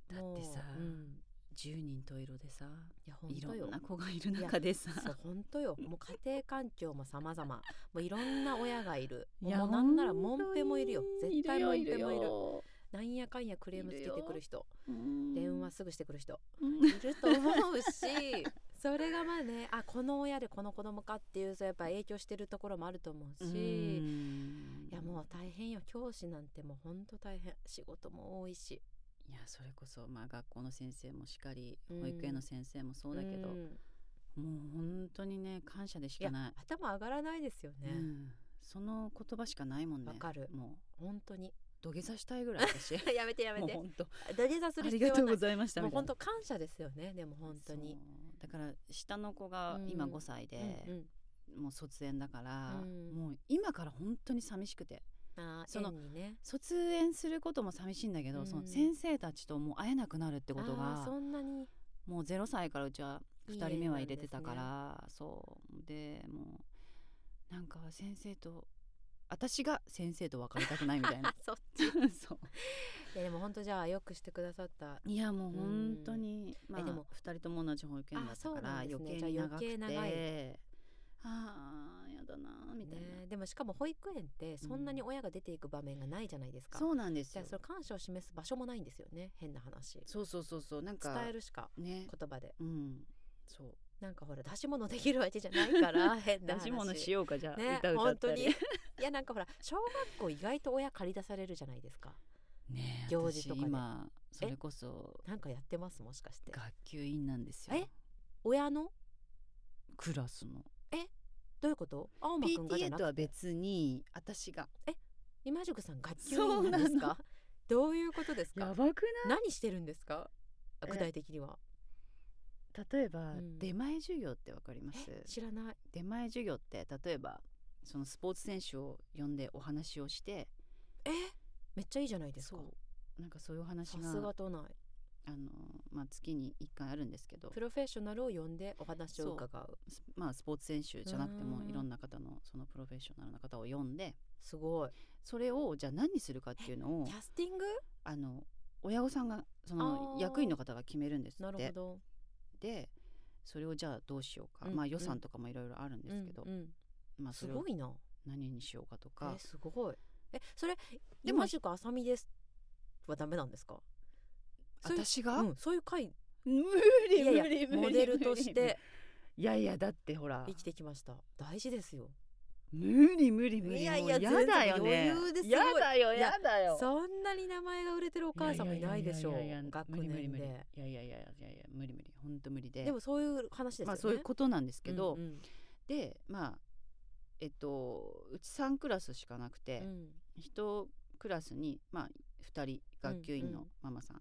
だってさもううん、十人十色でさいや本いろ当よんな子がいる中でさそう本当 よもう家庭環境も様々もういろんな親がいるいやもうなんならモンペもいるよ本当に絶対モンペもいるいるよなんやかんやクレームつけてくる人うん電話すぐしてくる人うんいると思う しそれがまあねあこの親でこの子供かっていうそうやっぱ影響してるところもあると思うし、うんいやもう大変よ教師なんてもうほんと大変仕事も多いしいやそれこそまあ学校の先生もしかりうん保育園の先生もそうだけど、うんもう本当にね感謝でしいかやない頭上がらないですよね、うんその言葉しかないもんねわかるもう本当に 土下座したいぐらい私やめてやめもうて本当土下座すあるり必要はがなというございましたもうみたい本な当感謝ですよねでも本当にそうだから下の子が今うん5歳で、うんうんもう卒園だから、うんもう今から本当に寂しくてあーその縁にね卒園することも寂しいんだけど、うんその先生たちともう会えなくなるってことあーがそんなにもう0歳からうちはいい2人目は入れてたからそうでもうなんか先生と私が先生と別れたくないみたい なあそうそういやでも本当じゃあよくしてくださったいやもう本当に、まあえでも2人とも同じ保育園だったかあそうならんですね余計に長くてじゃあ余計長いあーやだなーみたいな、ね、でもしかも保育園ってそんなに親が出ていく場面がないじゃないですか、そうなんですじゃよあその感謝を示す場所もないんですよね変な話そうそうそうそうなんか伝えるしかね言葉でうんそうなんかほら出し物できるわけじゃないから変な 出話し物しようかじゃあ、ね歌歌本っ当たにりいや なんかほら小学校意外と親借り出されるじゃないですかねえ行事とかで私今それこそなんかやってますもしかして学級委員なんですよえ親のクラスのどういうこと青間くんがじゃ PTA なとはくて別に私が今宿さん学級委員なんですそうなかどういうことですかばく何してるんですかえ具体的にはない例えば、うん出前授業ってわかりますえ知らない出前授業って例えばそのスポーツ選手を呼んでお話をしてえめっちゃいいじゃないですかそうなんかそういうお話さがすが都内あの、まあ、月に1回あるんですけどプロフェッショナルを呼んでお話を伺うスまあ、スポーツ選手じゃなくてうもんいろんな方のそのプロフェッショナルな方を呼んですごいそれをじゃあ何にするかっていうのをキャスティングあの親御さんがそのあー役員の方が決めるんですなっるほてどでそれをじゃあどうしようか、うんまあうん予算とかもいろいろあるんですけど、うんうんまあすそれをごいな何にしようかとかえすごいえそれでも今宿あさみですはダメなんですかそういう私が、うん、そういう会無い理無理無やい理や無理モデルとしていやいやだってほら生きてきました大事ですよ無理無理無理いやいもうややだよ全ね然余裕ですごいやだよいややだよそんなに名前が売れてるおお母さんもいないでしょう学無理年無理無で理いやいやいやいやいや無理無理本当無理ででもそういう話ですよねまあそういうことなんですけど、うんうんでまあえっとうち3クラスしかなくて、うん一クラスに、まあ、2人学級委員うんうのんママさん、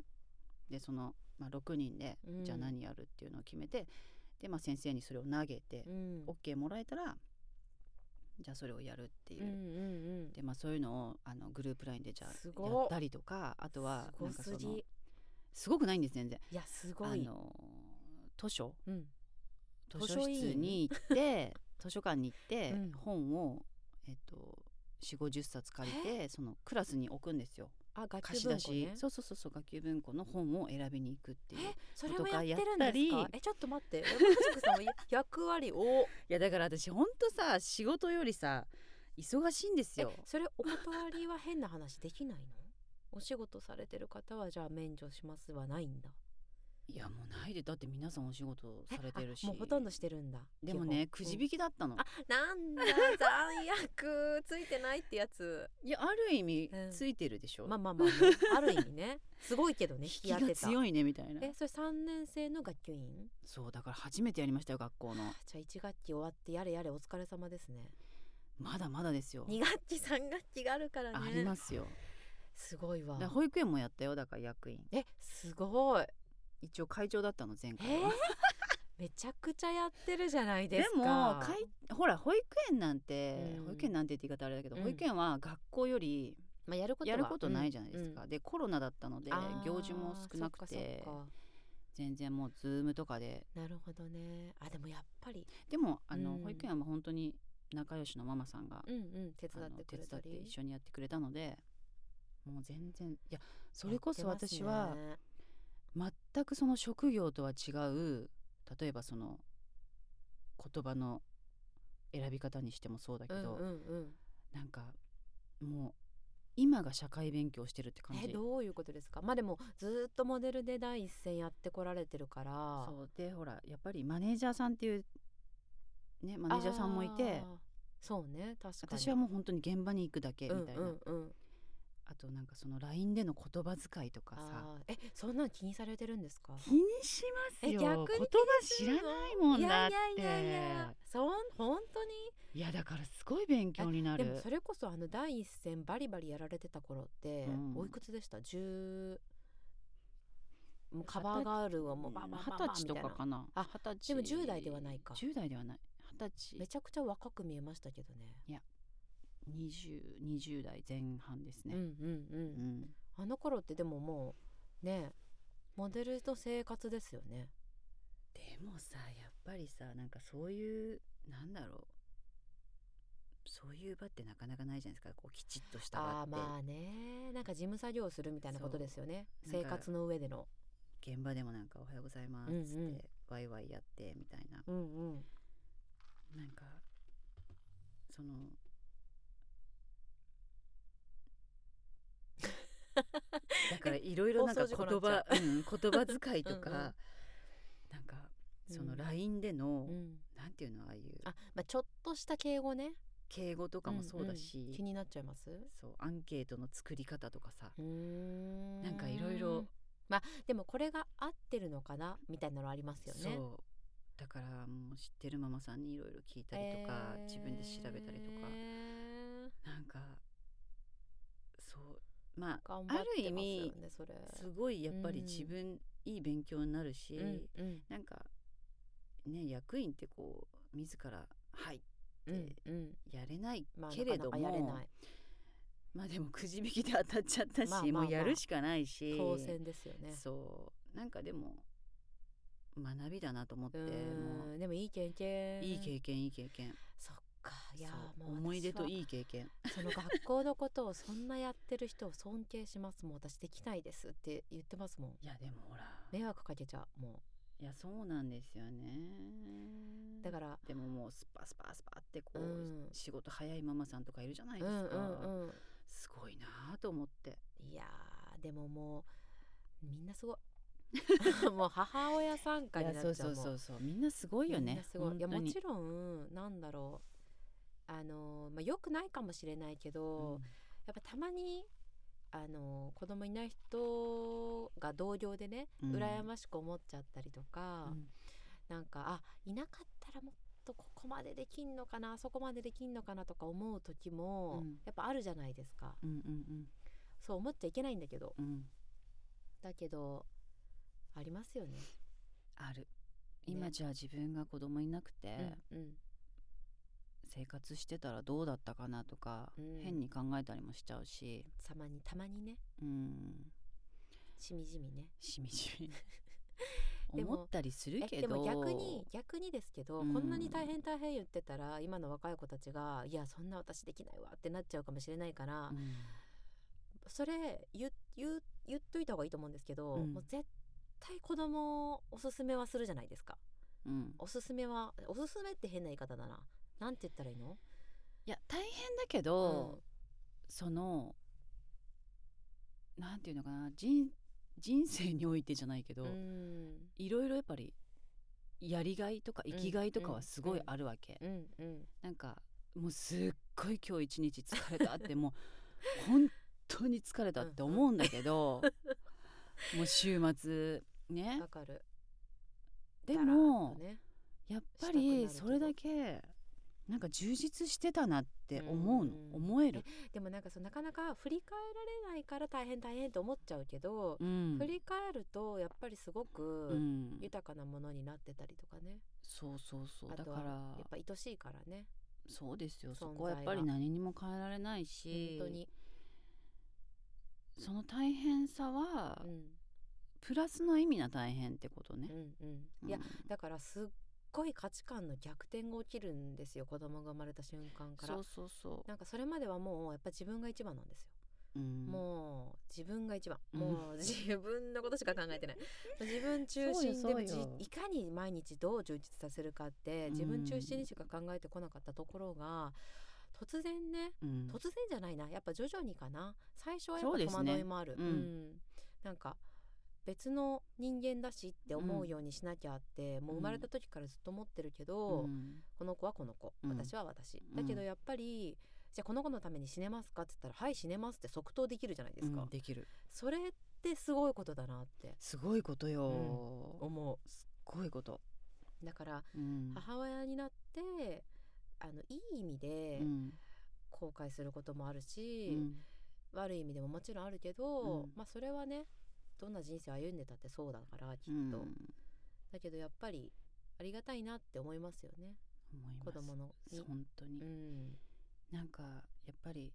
でその、まあ、6人で、うんじゃあ何やるっていうのを決めてで、まあ、先生にそれを投げてう、ん OK もらえたらじゃあそれをやるっていう。うんうんうんでまあ、そういうのをあのグループラインでじゃあすごっやったりとかあとはすごなんかそのすぎいすごくないんです全然やすごあいの図書うん図図書書委員室に行 って図書館に行って、うん本を、えっと、4 5 0冊借りてそのクラスに置くんですよあ学貸級し文出庫しねそうそうそうそう学級文庫の本を選びに行くっていういえそれもやってるんですとかやかったりえちょっと待って山口さんは 役割をやだから私ほんとさ仕事よりさ忙しいんですえよそれお断りは変な話できないの お仕事されてる方はじゃあ免除しますはないんだいやもうないでだって皆さんお仕事えされてるしあもうほとんどしてるんだでもね基く本じ引きだったの、あなんだ残悪ついてないってやついやある意味うんついてるでしょ、まあまあまあね、ある意味ねすごいけど ね引引ききが当てた強いねみたいなえそれ三年生の学級委員そうだから初めてやりましたよ学校のじゃあ一学期終わってやれやれお疲れ様ですねまだまだですよ二学期三学期があるからねありますよすごいわだから保育園もやったよだから役員えすごい一応会長だったの前え回は、ーめちゃくちゃやってるじゃないでですかもかいほら保育園なんて、うん保育園なんてって言い方あれだけど、うん保育園は学校よりまあ、やることはやることないじゃないですうか、んうんでコロナだったのであー行事も少なそっかくてそっか全然もうズームとかでなるほどねあでもやっぱりでもあの、うん保育園は本当に仲良しのママさんが、うんうん手あ伝っのてく手れ伝たってり一緒にやってくれたのでもう全然いやそれこそ私は全くその職業とは違う例えばその言葉の選び方にしてもそうだけやってますねど、うんうんなんかもう今が社会勉強してるってうん感えじどういうことですかまあでもずーっとモデルで第一線やってこられてるからそうでほらやっぱりマネージャーさんっていうねマネージャーさんもいてあーそうね確かに私はもう本当に現場に行くだけみたいな、うんうんうんあとなんかその LINE での言葉遣いとかさあーえそんなの気にされてるんですか気にしますよえ逆に気言に葉知らないもんだっていやいやいやいやそん本当にいやだからすごい勉強になでるもそれこそあの第一線バリバリやられてた頃って、うんおいくつでした10もうカバーガールはもうバンバンバンバン二十歳みとたいかなかなあ二十歳でも10代ではないか10代ではない二十め歳ちゃくちゃ若く見えましたけどね20 20代前半ですうんね、うんうんう、ん、あの頃ってでももうねモデルの生活ですよねでもさやっぱりさなんかそういうなんだろうそういう場ってなかなかないじゃないですかこうきちっとした場あっあて、まあねなんか事務作業をするみたいなことですよねそう生活の上での現場でもなんか「おはようございます」っつって、うんうんワイワイやってみたいなうんうんなんか そのだからいろいろなんか放言送事故にな葉っうん、言葉遣いとかうんうんなんかそうのん LINE での、うん、なんていうのああいうあ、まあ、ちょっとした敬語ね敬語とかもそうだし、んん気になっちゃいますそうアンケートの作り方とかさ、うーんなんかいろいろまあでもこれが合ってるのかなみたいなのありますよねそうだからもう知ってるママさんにいろいろ聞いたりとか、自分で調べたりとかえーなんかそうまあ頑張ってますよあねそれすごいやっぱりうん自分、いい勉強になるし、うんうんなんかね役員ってこう自ら「はいうんうんやれないまあけれども、なかなかやれないまあでもくじ引きで当たっちゃったし、まあまあまあもうやるしかないし当選ですよねそうなんかでも学びだなと思ってうもーんでもいい経験ういい経験いい経験そっかいやーそうもう思い出といいい経験その学校のことをそんなやってる人を尊敬しますもう私できないですって言ってますもんいやでもほら迷惑かけちゃうもいやそうなんですよねうだかららでももうスパスパスパってこう、うん仕事早いママさんとかいるじゃないうでんすうか、んうんすごいなと思っていやーでももうみんなす ごいもう母親参加いにやなっちゃそううそうもうそうそうみんなすごいよみんねなすごいいや本当もにちろんなんだろうあのーまあ良くないかもしれないけど、うんやっぱたまにあのー子供いない人が同僚でね、うん羨ましく思っちゃったりとか、うんなんかあいなかったらもっとここまでできんのかなあそこまでできんのかなとか思う時も、うんやっぱあるじゃないですかうんうんそう思っちゃいけないんだけどうんうんだけどありますよね。ある今じゃあ自分が子供いなくて、うんうん生活してたらどうだったかなとか、うん変に考えたりもしちゃうし、たまにたまにねうん、しみじみね。しみじみ でも思ったりするえけどでも逆に逆にですけど、うんこんなに大変大変言ってたら今の若い子たちが「いやそんな私できないわ」ってなっちゃうかもしれないから、うんそれ言う言う言っといた方がいいと思うんですけど、うんもう絶対子供おすすめはするじゃないですかうんおすすめはおすすめって変な言い方だななんて言ったらいいの、いや大変だけど、そのなんていうのかな人人生においてじゃないけど、うんうんいろいろやっぱりやりがいとか生きがいとかはすごいあるわけ、うんうんなんかもうすっごい今日一日疲れたってもう本当に疲れたって思うんだけどもう週末ねわかるでだらーもっとねやっしぱたくなるけりどそれだけなんか充実してたなって思うのうん思える、でもなんかそうなかなか振り返られないから大変大変って思っちゃうけど、うん振り返るとやっぱりすごく、うん豊かなものになってたりとかねそうそうそうあだとかはらやっぱ愛しいからねそうですよ存そ在がこはやっぱり何にも変えられないし本当に、その大変さはうんプラスの意味な大変ってことねう。んうん、いやうんだからすっごい価値観の逆転が起きるんですよ子供が生まれた瞬間からそうそうそなんかそれまではもうやっぱ自分が一番なんですよ、う、うん、もう自分が一番、うんもう自分のことしか考え てない自分中心そうでよそうもよじいかに毎日どう充実させるかって自うん分中心にしか考えてこなかったところが突然ねうん突然じゃないなやっぱ徐々にかな最初はやそうでっすぱ戸ね惑いもある、うんんなんか別の人間だしって思ううんようにしなきゃって、もう生まれた時からずっと思ってるけど、うんこの子はこの子うん私は私、んだけどやっぱりじゃあこの子のために死ねますかって言ったら「はい死ねます」って即答できるじゃないですか、うんできるそれってすごいことだなってすごいことよ、思すっごいこと、うだからうん母親になってあのいい意味うでん後悔することもあるうし、ん悪い意味でももちろんあるけど、うんまあそれはねどんな人生歩んでたってそうだからきっと、うんだけどやっぱりありがたいなって思いますよね思います子供のにそう本当に、うんなんかやっぱり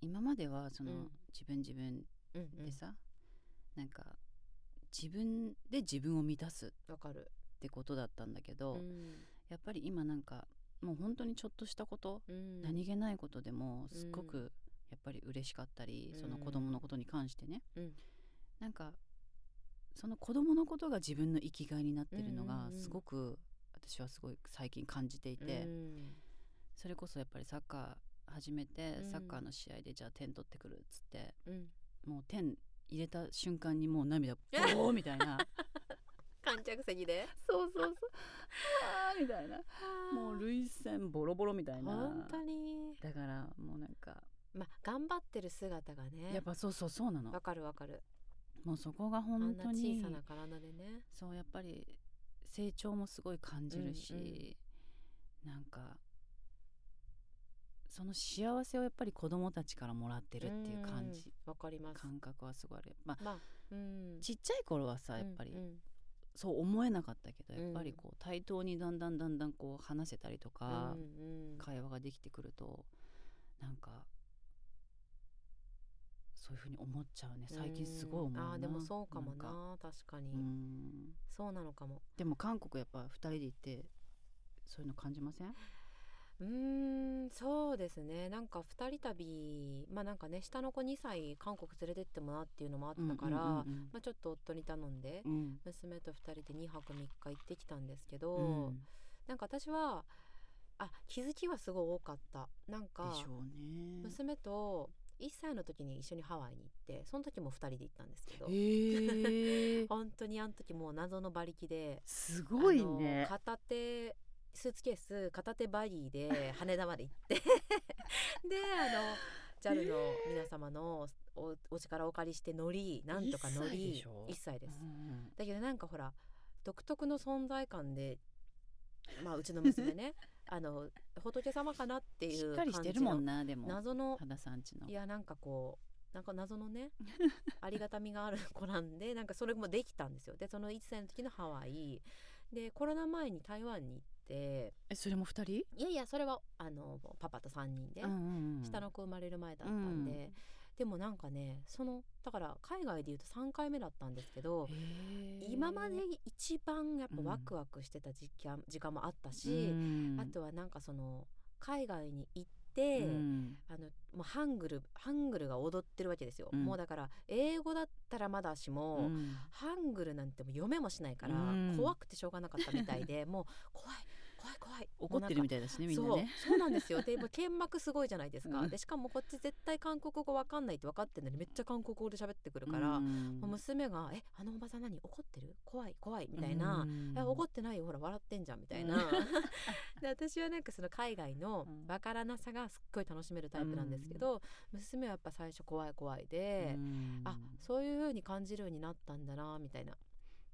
今まではその、うん自分自分うんうんでさ、なんか自分で自分を満たすっわかるてことだったんだけうど、んやっぱり今なんかもう本当にちょっとしたこと、うん何気ないことでもすっごうくやっぱり嬉しかったり、うんその子供のことに関してね、うんなんかその子供のことが自分の生きがいになってるうのんがうんうんすごく私はすごい最近感じていて、うんそれこそやっぱりサッカー始めて、うんサッカーの試合でじゃあ点取ってくるっつってうん、もう点入れた瞬間にも う涙ボーみたいな観客席でそうそうそうあーみたいなもう涙腺ボロボロみたいな本当にだからもうなんかまあ頑張ってる姿がねやっぱそうそうそうなのわかるわかるもうそこがあ本んな当小にさな体でねそうやっぱり成長もすごい感じるうんし、なんかその幸せをやっぱり子供たちからもらってるっていう感じ、うんわかります感覚はすごいあるまあまあうんちっちゃい頃はさやっぱりうんうんそう思えなかったけど、うんやっぱりこう対等にだんだんだんだんこう話せたりとか、うんうん会話ができてくるとなんかそういうふうに思っちゃうね最近すごいう思うんな、あーでもそうかもんかな確かうに、んそうなのかもでも韓国やっぱ二人で行ってそういうの感じませんうーんそうですねなんか二人旅まあなんかね下の子2歳韓国連れてってもなっていうのもあったから、うんまあ、ちょっと夫に頼んでうんうん娘と2人で2泊3日行ってきたんですけど、うんうんなんか私はあ気づきはすごい多かったなんかでしょうね娘と1歳の時に一緒にハワイに行ってその時も2人で行ったんですけどへ え本当にあの時もう謎の馬力ですごいあねの片手スーツケース片手バリーで羽田まで行って であの JAL の皆様のおお力をお借りして乗りなんとか乗一歳でりしょ1歳です、うんだけどなんかほら独特の存在感でまあうちの娘 ねあの仏様かなっていしっうか感りじしてるもんのなでも謎の肌さんちのいやなんかこうなんか謎の ねありがたみがある子なんでなんかそれもできたんですよでその1歳の時のハワイでコロナ前に台湾に行ってえそれも二人いやいやそれはあのパパと3人で、うんうん下の子生まれる前だったんで、うんでもなんかねそのだから海外でいうと3回目だったんですけどへー今まで一番やっぱワクワクしてた時間,、時間もあったし、うんあとはなんかその海外に行って、うんあのもうハングルハングルが踊ってるわけですよ、うんもうだから英語だったらまだしも、うんハングルなんてもう読めもしないから、うん怖くてしょうがなかったみたいで もう怖い怖い怖い怒ってるみたいたいだしねみんなねそうそうなんですよでも剣幕すごいじゃないですか、うんでしかもこっち絶対韓国語わかんないって分かってるのにめっちゃ韓国語で喋ってくるから、うんもう娘が「えあのおばさん何怒ってる怖い怖い」みたいなういんや怒ってないよほら笑ってんじゃんみたいな、うん で私はなんかその海外のうんバカらなさがすっごい楽しめるタイプなんですけど、娘はやっぱ最初怖い怖いでう、んあそういう風に感じるようになったんだなみたいな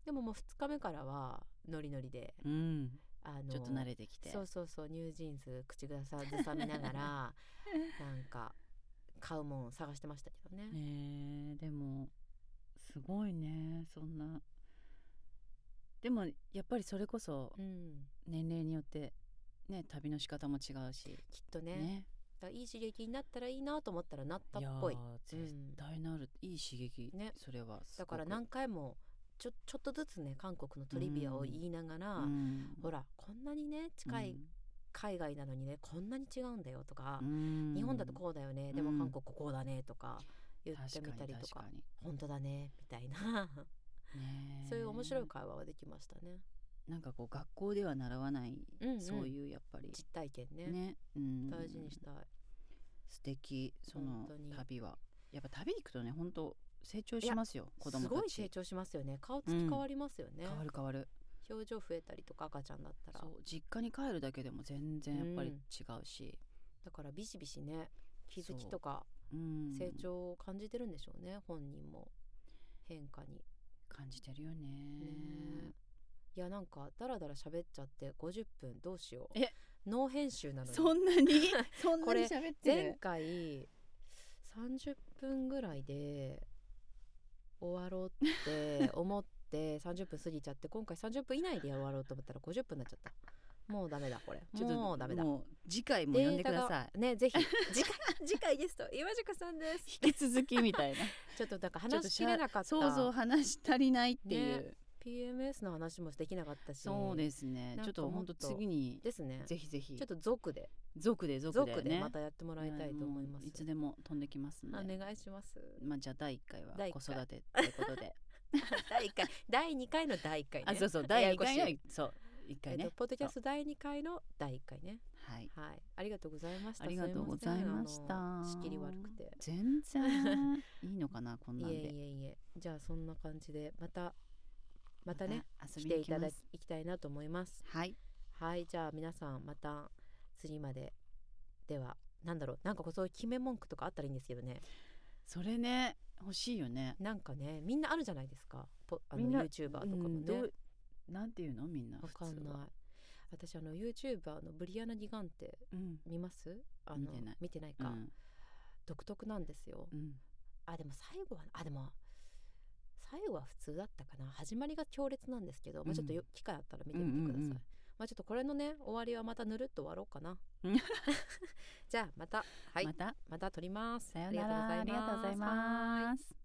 でももう2日目からはノリノリでうんあのちょっと慣れてきてそうそうそうニュージーンズ口ぐさずさみ ながらなんか買うもん探してましたけどねねえでもすごいねそんなでもやっぱりそれこそうん年齢によってね旅の仕方も違うしきっとねねだからいい刺激になったらいいなと思ったらなったっいやぽいー絶対なるいい刺激ねそれはすだごくから何回もちょちょっとずつね韓国のトリビアを言いながら、うんほらこんなにね近い海外なのにねこんなに違うんだよとかう、ん日本だとこうだよねでもうん韓国こうだねとか言ってみたりと確かかに本当だねみたいな確かにねえそういう面白い会話はできましたね、なんかこう学校では習わないうんうんそういうやっぱり実体験ねねうん大事にしたい、素敵そ本の当に旅はやっぱ旅行くとね本当成長しますよ子供すたちごい成長しますよね顔つき変わりますよね、変わる変わる表情増えたりとか赤ちゃんだったらそう実家に帰るだけでも全然やっぱり違うし、だからビシビシね気づきとかうん成長を感じてるんでしょうね、本人も変化に感じてるよねねいやなんかダラダラ喋っちゃって50分どうしようえノー編集なのにそんなに そんこなにれ喋って前る回30分ぐらいで終わろう って思って30分過ぎちゃって今回30分以内で終わろうと思ったら50分になっちゃったもうダメだこれちょっともうダメだもう次回も呼んでくださいねぜ ひ次回次回ゲスト岩塚さんですい引き続きみたいなちょっとなんかちょっと 話しきれなかった想像話し足りないっていう、ね PMS の話もできなかったしそうですねなんちょかっと本当次にですねぜひぜひちょっと族で族で族族でで,、ねまたやってもらいたいと思いますはもういつでも飛んできますおので願いしますまあじゃあ第1回は第一子回 育てってことで第一回第二回の第一回ねあそうそうや第や2こしい回はそう一え回っとね、ポッドキャスト第2回の第1回ね。はいはい、ありがとうございました。ありがとうございましすたませんあの仕切り悪くて。全然いいのかなこんいなんえでいえいえ、じゃあそんな感じでまたまたね、遊来びてにい来たまだすきたいなと思います。はいはい、じゃあ皆さんまた次までではなんだろうなんかこうそういう決め文句とかあったらいいんですけどね。それね欲しいよねなんかねみんなあるじゃないですか。ポあのみんな YouTuber とかうもんどねう。なんていうのみんなわかん普通ないは。私あの YouTuber のブリアナ・ギガンテうん見ますあの見てない見てないうか、ん独特なんですようんあでも最後はあでも最後は普通だったかな始まりが強烈なんですけど、まあ、ちょっとよう機会あったら見てみてください、うんうんうんまあ、ちょっとこれのね終わりはまたぬるっと終わろうかなうん じゃあまたはいまたまた撮りますさようならあありりががとうござとうございいますます